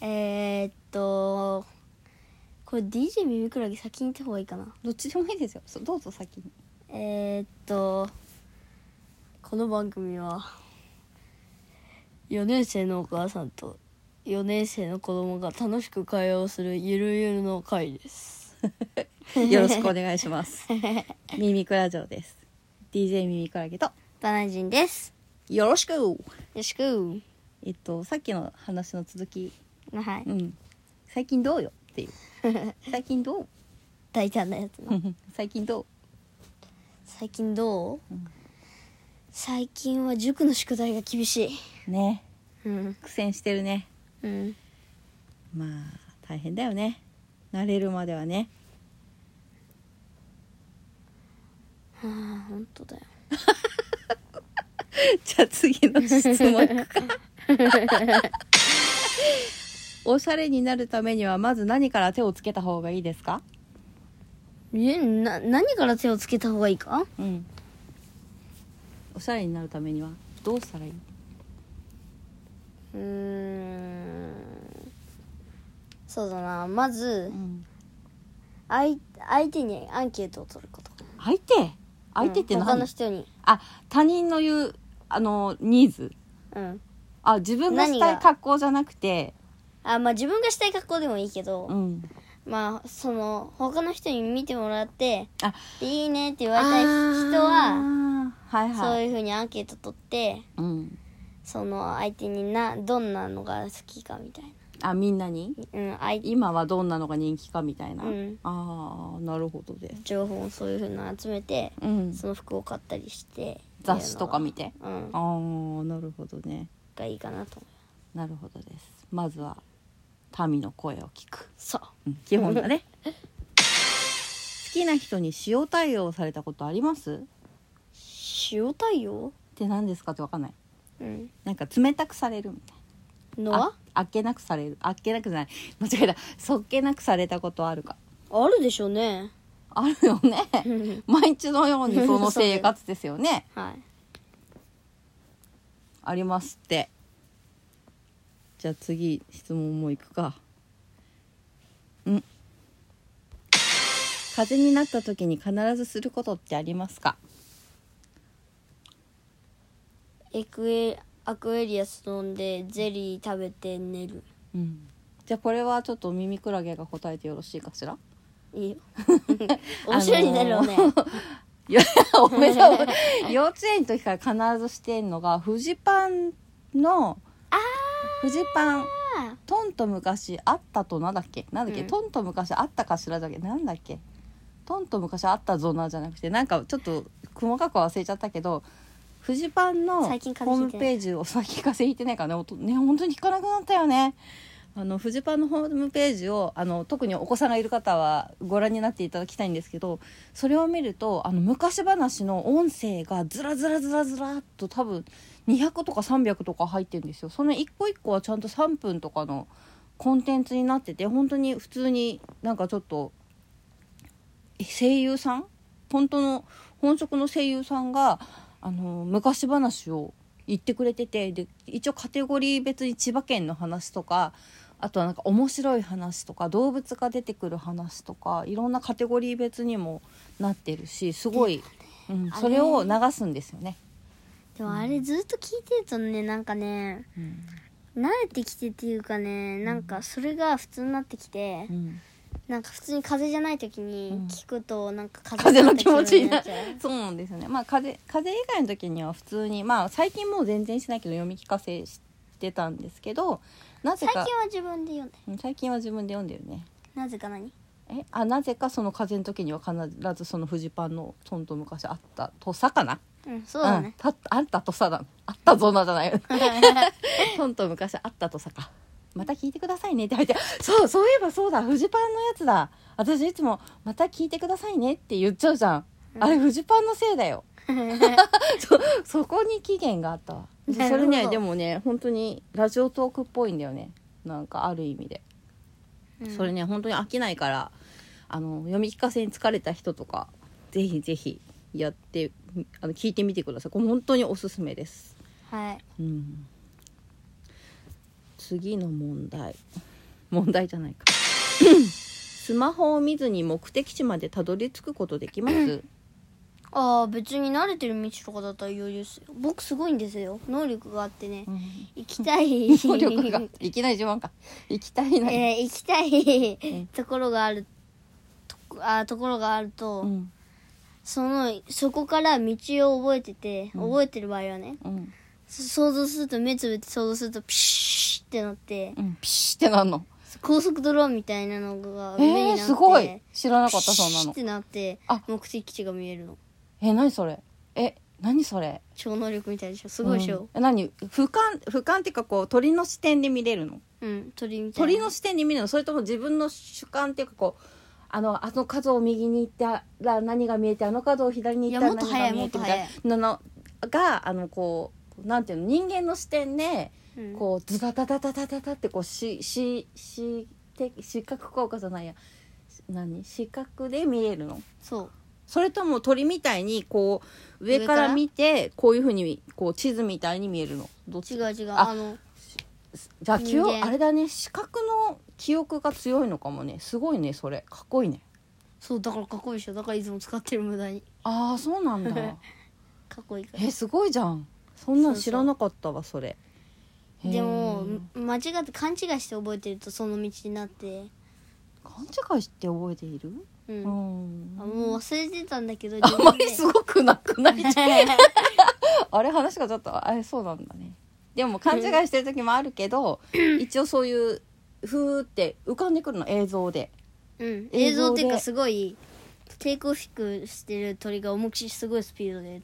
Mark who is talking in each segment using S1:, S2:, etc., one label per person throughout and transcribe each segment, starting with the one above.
S1: えー、っとこれ DJ 耳クラゲ先に行った方がいいかな
S2: どっちでもいいですよそうどうぞ先に
S1: えー、っとこの番組は4年生のお母さんと4年生の子供が楽しく会話をするゆるゆるの会です
S2: よろしくお願いします ミミクラジオです DJ ミミクラゲと
S1: バナジンです
S2: よろしく
S1: よろしく
S2: えっとさっきの話の続き
S1: はい、
S2: うん最近どうよっていう 最近どう
S1: 大胆なやつな
S2: 最近どう
S1: 最近どう、
S2: うん
S1: 最近は塾の宿題が厳しい
S2: ね
S1: うん
S2: 苦戦してるね
S1: うん
S2: まあ大変だよね慣れるまでは ね
S1: はあ本当だよ
S2: じゃあ次の質問いくか おしゃれになるためにはまず何から手をつけた方がいいですか
S1: えな何から手をつけた方がいいか
S2: うんおしゃれになるためにはどうしたらいいう
S1: ーんそうだなまず
S2: ん
S1: 相相手にアンケートを取ること
S2: 相手相手って
S1: うん
S2: 何、
S1: 他の人に、
S2: あ他人の言うあのニーズ
S1: うん、
S2: あ自分がした
S1: 何
S2: い
S1: が
S2: 格好じゃなくて
S1: あまあ自分がしたい格好でもいいけど、
S2: うん
S1: まあその他の人に見てもらって
S2: あ
S1: でいいねって言われた人は
S2: あーはいはい
S1: そういうふうにアンケート取って
S2: うん、
S1: その相手になどんなのが好きかみたい
S2: あみんなに
S1: な、うん、相手
S2: 今はどんなのが人気かみたいな、
S1: うん
S2: ああなるほどです、
S1: 情報をそういうふうの集めて
S2: うん、
S1: その服を買ったりして
S2: 雑誌とか見て
S1: うん
S2: ああなるほどね
S1: がいいかなと思う
S2: なるほどですまずは民の声を聞く、
S1: そう
S2: うん基本だね好きな人に塩対応されたことありますっ
S1: 塩対応
S2: て何ですかって分かんない
S1: うん
S2: なんか冷たくされるみたい
S1: の
S2: な
S1: は
S2: ああっけなくされるあっけなくじゃない間違えたそっけなくされたことあるか
S1: あるでしょう ね
S2: あるよね毎日のようにその生活ですよね
S1: はい
S2: ありますってじゃあ次質問もういくかうん風邪になった時に必ずすることってありますか
S1: エクエアクエリアス飲んでゼリー食べて寝る
S2: うんじゃあこれはちょっと耳クラゲが答えてよろしいかしら
S1: いいよ面白いだろうね、
S2: いや おめでとう 幼稚園の時から必ずしてんのがフジパンのフジパントンと昔あったとなんだっけなんだっけ、
S1: うん
S2: トンと昔あったかしらだっけなんだっけトンと昔あったぞなじゃなくてなんかちょっと細かくは忘れちゃったけどフジパンのホ
S1: 最近風
S2: ー
S1: 邪ひい
S2: ム
S1: てない
S2: ページを最近風邪ひいてないからねおとね本当に聞かなくなったよねあのフジパンのホームページをあの特にお子さんがいる方はご覧になっていただきたいんですけどそれを見るとあの昔話の音声がずらずらずらずらっと多分200とか300とか入ってるんですよその一個一個はちゃんと3分とかのコンテンツになってて本当に普通になんかちょっとえ声優さん本当の本職の声優さんがあの昔話を言ってくれててで一応カテゴリー別に千葉県の話とかあとはなんか面白い話とか動物が出てくる話とかいろんなカテゴリー別にもなってるしすごい、うん、
S1: あれ
S2: それを流すんですよね。
S1: でもあれずっと聞いてるとねなんかね
S2: うん
S1: 慣れてきてっていうかねなんかそれが普通になってきて、
S2: うん
S1: なんか普通に風邪じゃない時
S2: うん
S1: に聞くとなんか
S2: 風の
S1: 邪
S2: 気持ちに
S1: っ
S2: なる
S1: た気 分になっちゃう
S2: そうなんですよねまあ風邪風邪以外の時には普通にまあ最近もう全然しないけど読み聞かせしてたんですけどなぜ
S1: 最近
S2: か
S1: は自分で読んで
S2: うん最近は自分で読んでるね
S1: なぜか何
S2: えあなぜかその風邪の時には必ずそのフジパンの「トンと昔あったとさ」かな
S1: うんそうだ
S2: ん
S1: ね、
S2: たあったとさだあったぞなじゃな いよトンと昔あったとさかまた聞いてくださいねって入ってそうそういえばそうだフジパンのやつだ私いつも「また聞いてくださいね」って言っちゃうじゃん、あれフジパンのせいだよそそこに期限があったわそ
S1: なる
S2: れ
S1: ほど
S2: ねでもね本当にラジオトークっぽいんだよねなんかある意味で
S1: うん
S2: それね本当に飽きないからあの読み聞かせに疲れた人とかぜひぜひやってみあの聞いてみてくださいこれ本当におすすめです、
S1: はい
S2: うん、次の問題問題じゃない かスマホを見ずに目的地までたどり着くことできます
S1: ああ別に慣れてる道とかだったら余裕ですよ僕すごいんですよ能力があってね行きたい
S2: 能 力がいきなり自慢か行きたいな、
S1: えー行きた
S2: ん
S1: いところがあるとこあーところがあると、
S2: うん
S1: そのそこから道を覚えてて覚えてる場合はね、
S2: うん
S1: そ想像すると目つぶって想像するとピシーってなって
S2: うん、ピシってなんの
S1: 高速ドローンみたいなのが
S2: え
S1: 目にな
S2: ー、
S1: って、
S2: すごい知らな
S1: ピ
S2: かったそんな
S1: シーっ
S2: の
S1: てなって
S2: あ
S1: 目的地が見えるの
S2: え何それえ何それ
S1: 超能力みたいでしょすごいでしょ、
S2: うん、え何俯瞰俯瞰っていうかこう鳥の視点で見れるの
S1: うん鳥みたいな
S2: 鳥の視点で見れるのそれとも自分の主観っていうかこうあのあの角を右に行ったら何が見えてあの角を左に行ったら何が見えてみた
S1: いやもっと早いも
S2: い
S1: っと
S2: なのがあのこうなんていうの人間の視点で
S1: うん
S2: こうズバタタタタタタってこうしししって視覚効果じゃないや何視覚で見えるの
S1: そう
S2: それとも鳥みたいにこう上か
S1: 上
S2: ら
S1: から
S2: 見てこういうふうにこう地図みたいに見えるのどっ
S1: 違
S2: ち
S1: う違う
S2: あ
S1: あの
S2: じゃあ記憶
S1: 人間
S2: あれだね視覚の記憶が強いのかもねすごいねそれかっこいいね
S1: そうだからかっこいいでしょだからいつも使ってる無駄に
S2: ああそうなん だ
S1: かっこいいから
S2: えすごいじゃんそんな
S1: そう
S2: ん
S1: そう
S2: 知らなかったわそれへー
S1: でも間違って勘違いして覚えてるとその道になって、
S2: 勘違いして覚えている
S1: う
S2: うんん
S1: あもう忘れてたんだけど
S2: あんまり
S1: 自
S2: すごくなくない
S1: 分で
S2: あれ話がちょっとあれそうなんだねでも勘違いしてる時もあるけ ど一応そういうふーって浮かんでくるの映像で
S1: うん、映像っていう
S2: 映像で
S1: かすごいテイクオフしてる鳥が重くしすごいスピードで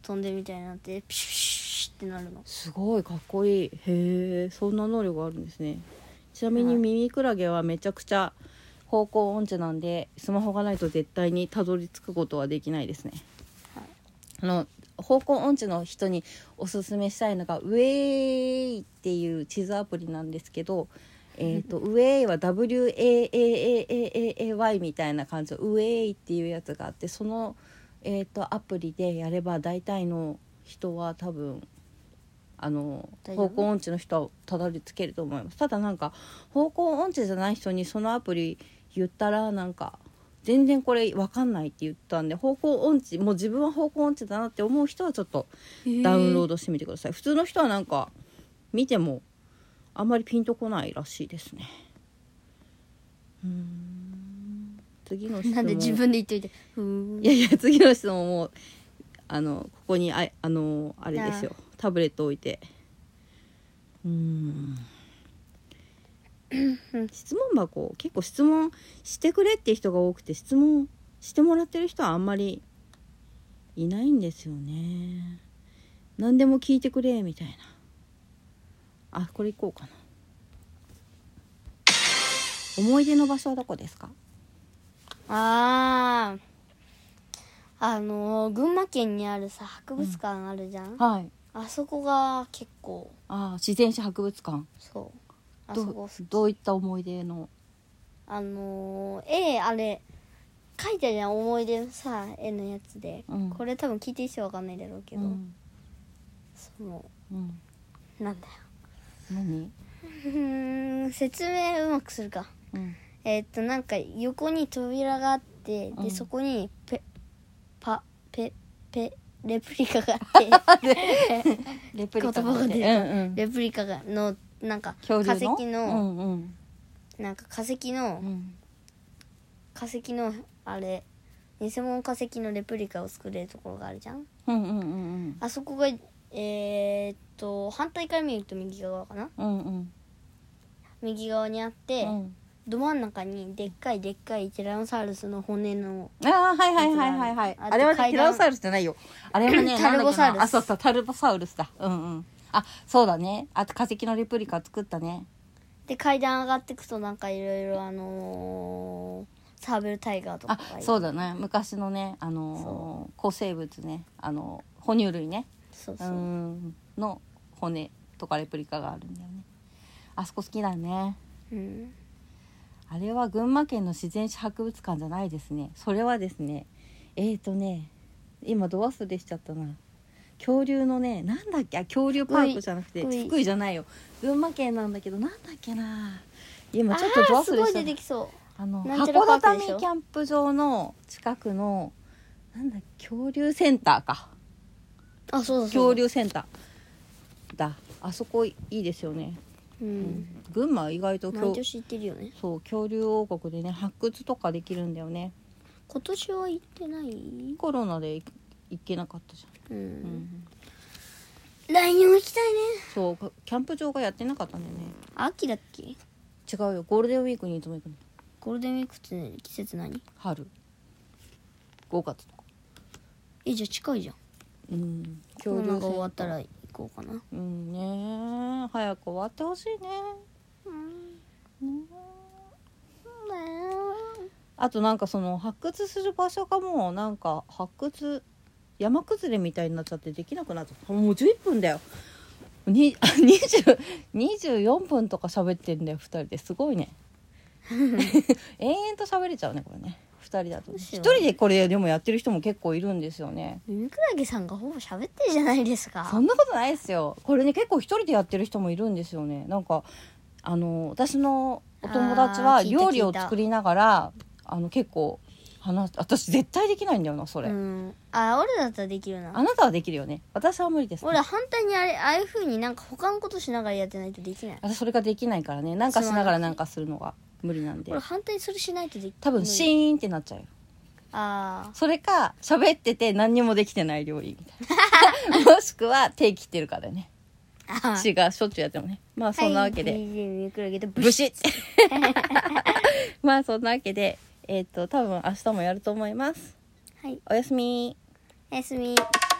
S1: 飛んでるみたいになってピシュッシュッってなるの
S2: すごいかっこいいへえそんな能力があるんですねちなみに
S1: はい
S2: ミミクラゲはめちゃくちゃ方向音痴なんでスマホがないと絶対にたどり着くことはできないですね、
S1: はい
S2: あの方向音痴の人におすすめしたいのが「ウェイ」っていう地図アプリなんですけどえー、とウェイは WAAAAAAY みたいな感じのウェイっていうやつがあってその、えー、とアプリでやれば大体の人は多分あの
S1: 大丈夫
S2: 方向音痴の人はたどり着けると思いますただなんか方向音痴じゃない人にそのアプリ言ったらなんか全然これ分かんないって言ったんで方向音痴もう自分は方向音痴だなって思う人はちょっとダウンロー
S1: ド
S2: ドしてみてください普通の人はなんか見てもあんまりピンとこないらしいですねうーん次の質問
S1: なんで自分で言っといてふーん
S2: いやいや次の質問もあのここにああのあれですよタブレット置いてうーん質問箱結構質問してくれって人が多くて質問してもらってる人はあんまりいないんですよね何でも聞いてくれみたいなあこれいこうかな思い出の場所はどこですか
S1: あーあのー群馬県にあるさ博物館あるじゃん、
S2: はい
S1: あそこが結構
S2: あ自然史博物館
S1: そうあそこ
S2: ど
S1: 好
S2: う
S1: き
S2: どういった思い出の
S1: あのー、絵あれ書いたじゃん思い出のさ絵のやつで、
S2: うん
S1: これ多分聞いていい人わかんないだろうけど、
S2: うん
S1: その
S2: うん、
S1: なんだよ
S2: 何、
S1: うーん説明うまくするか
S2: うん、
S1: えーっとなんか横に扉があって、
S2: うん
S1: でそこにペパペペレプリカがあって
S2: レプ
S1: 言葉が出
S2: う
S1: る
S2: んうん、
S1: レプリカがのなんか化
S2: 恐竜の
S1: 石の、
S2: うんうん
S1: なんか化石の、
S2: うん、
S1: 化石のあれ偽物化石のレプリカを作れるところがあるじゃん
S2: うんうんうん
S1: あそこがえーっと反対から見ると右側かな
S2: うんうん
S1: 右側にあって、
S2: うん
S1: ど真ん中にでっかいでっかいティラノサウルスの骨の
S2: ああはいはいはいはいはい
S1: あ
S2: あ
S1: と
S2: れはねテ
S1: 階段
S2: ィラノサウルスじゃないよあ れはね
S1: タルボサウルス
S2: なんだっけなあそうそうタルボサウルスだうんうんあそうだねあと化石のレプリカ作ったね
S1: で階段上がってくとなんかいろいろあのーサーベルタイガーとか
S2: あ
S1: がいる
S2: そうだね昔のねあのー古生物ねあの哺乳類ね
S1: そう
S2: う
S1: そう、
S2: んの骨とかレプリカがあるんだよねあそこ好きだね
S1: うん
S2: あれは群馬県の自然史博物館じゃないですねそれはですねえーとね今ど忘れしちゃったな恐竜のねなんだっけあ恐竜パークじゃなくて
S1: 福井
S2: 福井じゃないよ群馬県なんだけどなんだっけな今
S1: あ
S2: ちょっとド
S1: ー
S2: 忘
S1: す
S2: れ
S1: ごい
S2: し
S1: 出
S2: た
S1: て
S2: な
S1: きそ
S2: あの
S1: なんちゃらパーク
S2: 函館
S1: でしょ
S2: キャンプ場の近くのなんだ恐竜センターか
S1: うあそうだそ
S2: 恐
S1: うだ
S2: 竜センターだあそこいいですよね
S1: うん
S2: 群馬は意外と
S1: 毎
S2: 恐
S1: 年行ってるよね
S2: そう恐竜王国でね発掘とかできるんだよね
S1: 今年は行ってない
S2: コロナで行行けなかったじ
S1: う
S2: ゃん、うんん、
S1: 来年も行きたいね
S2: そうキャンプ場がやってなかったんだよね
S1: 秋だっけ
S2: 違うよゴールデンウィークにいつも行くの
S1: ゴールデンウィークって季節何
S2: 春5月とか
S1: えじゃあ近いじゃん
S2: うん
S1: コロナが終わったら行こうかな
S2: うんねえ早く終わってほしいねねあとなんかその発掘する場所がもうなんか発掘山崩れみたいになっちゃってできなくなっちゃったもう11分だよに20 24分とか喋ってんだよ2人ですごい ね延々と喋れちゃうねこれね2人だと
S1: どう
S2: 1
S1: しよう
S2: 人でこれでもやってる人も結構いるんですよね
S1: ミミクラゲさんがほぼ喋ってるじゃないです
S2: そ
S1: か
S2: んなことないですよこれね結構一人でやってる人もいるんですよねなんかあの私のお友達
S1: あ
S2: は
S1: ー聞いた
S2: 料理
S1: 聞
S2: を
S1: いた
S2: 作りながらあの結構話す私絶対できないんだよなそれ、
S1: うんあ俺だったらできる
S2: あ
S1: な
S2: なたはできるよね私は無理です、
S1: 俺反対にあれああいうふうになんか他のことしながらやってないとできない
S2: 私それができないからねなんかしながらなんかするのが無理なんで
S1: 俺反対にそれしないとでき
S2: 多分シーンってなっちゃうよ
S1: あ
S2: それか喋ってて何にもできてない料理みた いなもしくは手切ってるからね
S1: ーあ
S2: 血 がしょっちゅうやってもねまあそんなわけで、
S1: はい、DJ ミミクラゲとブ
S2: ブ
S1: シ
S2: シッ まあそんなわけでえっ、と多分明日もやると思います
S1: はい
S2: おやすみ
S1: おやすみ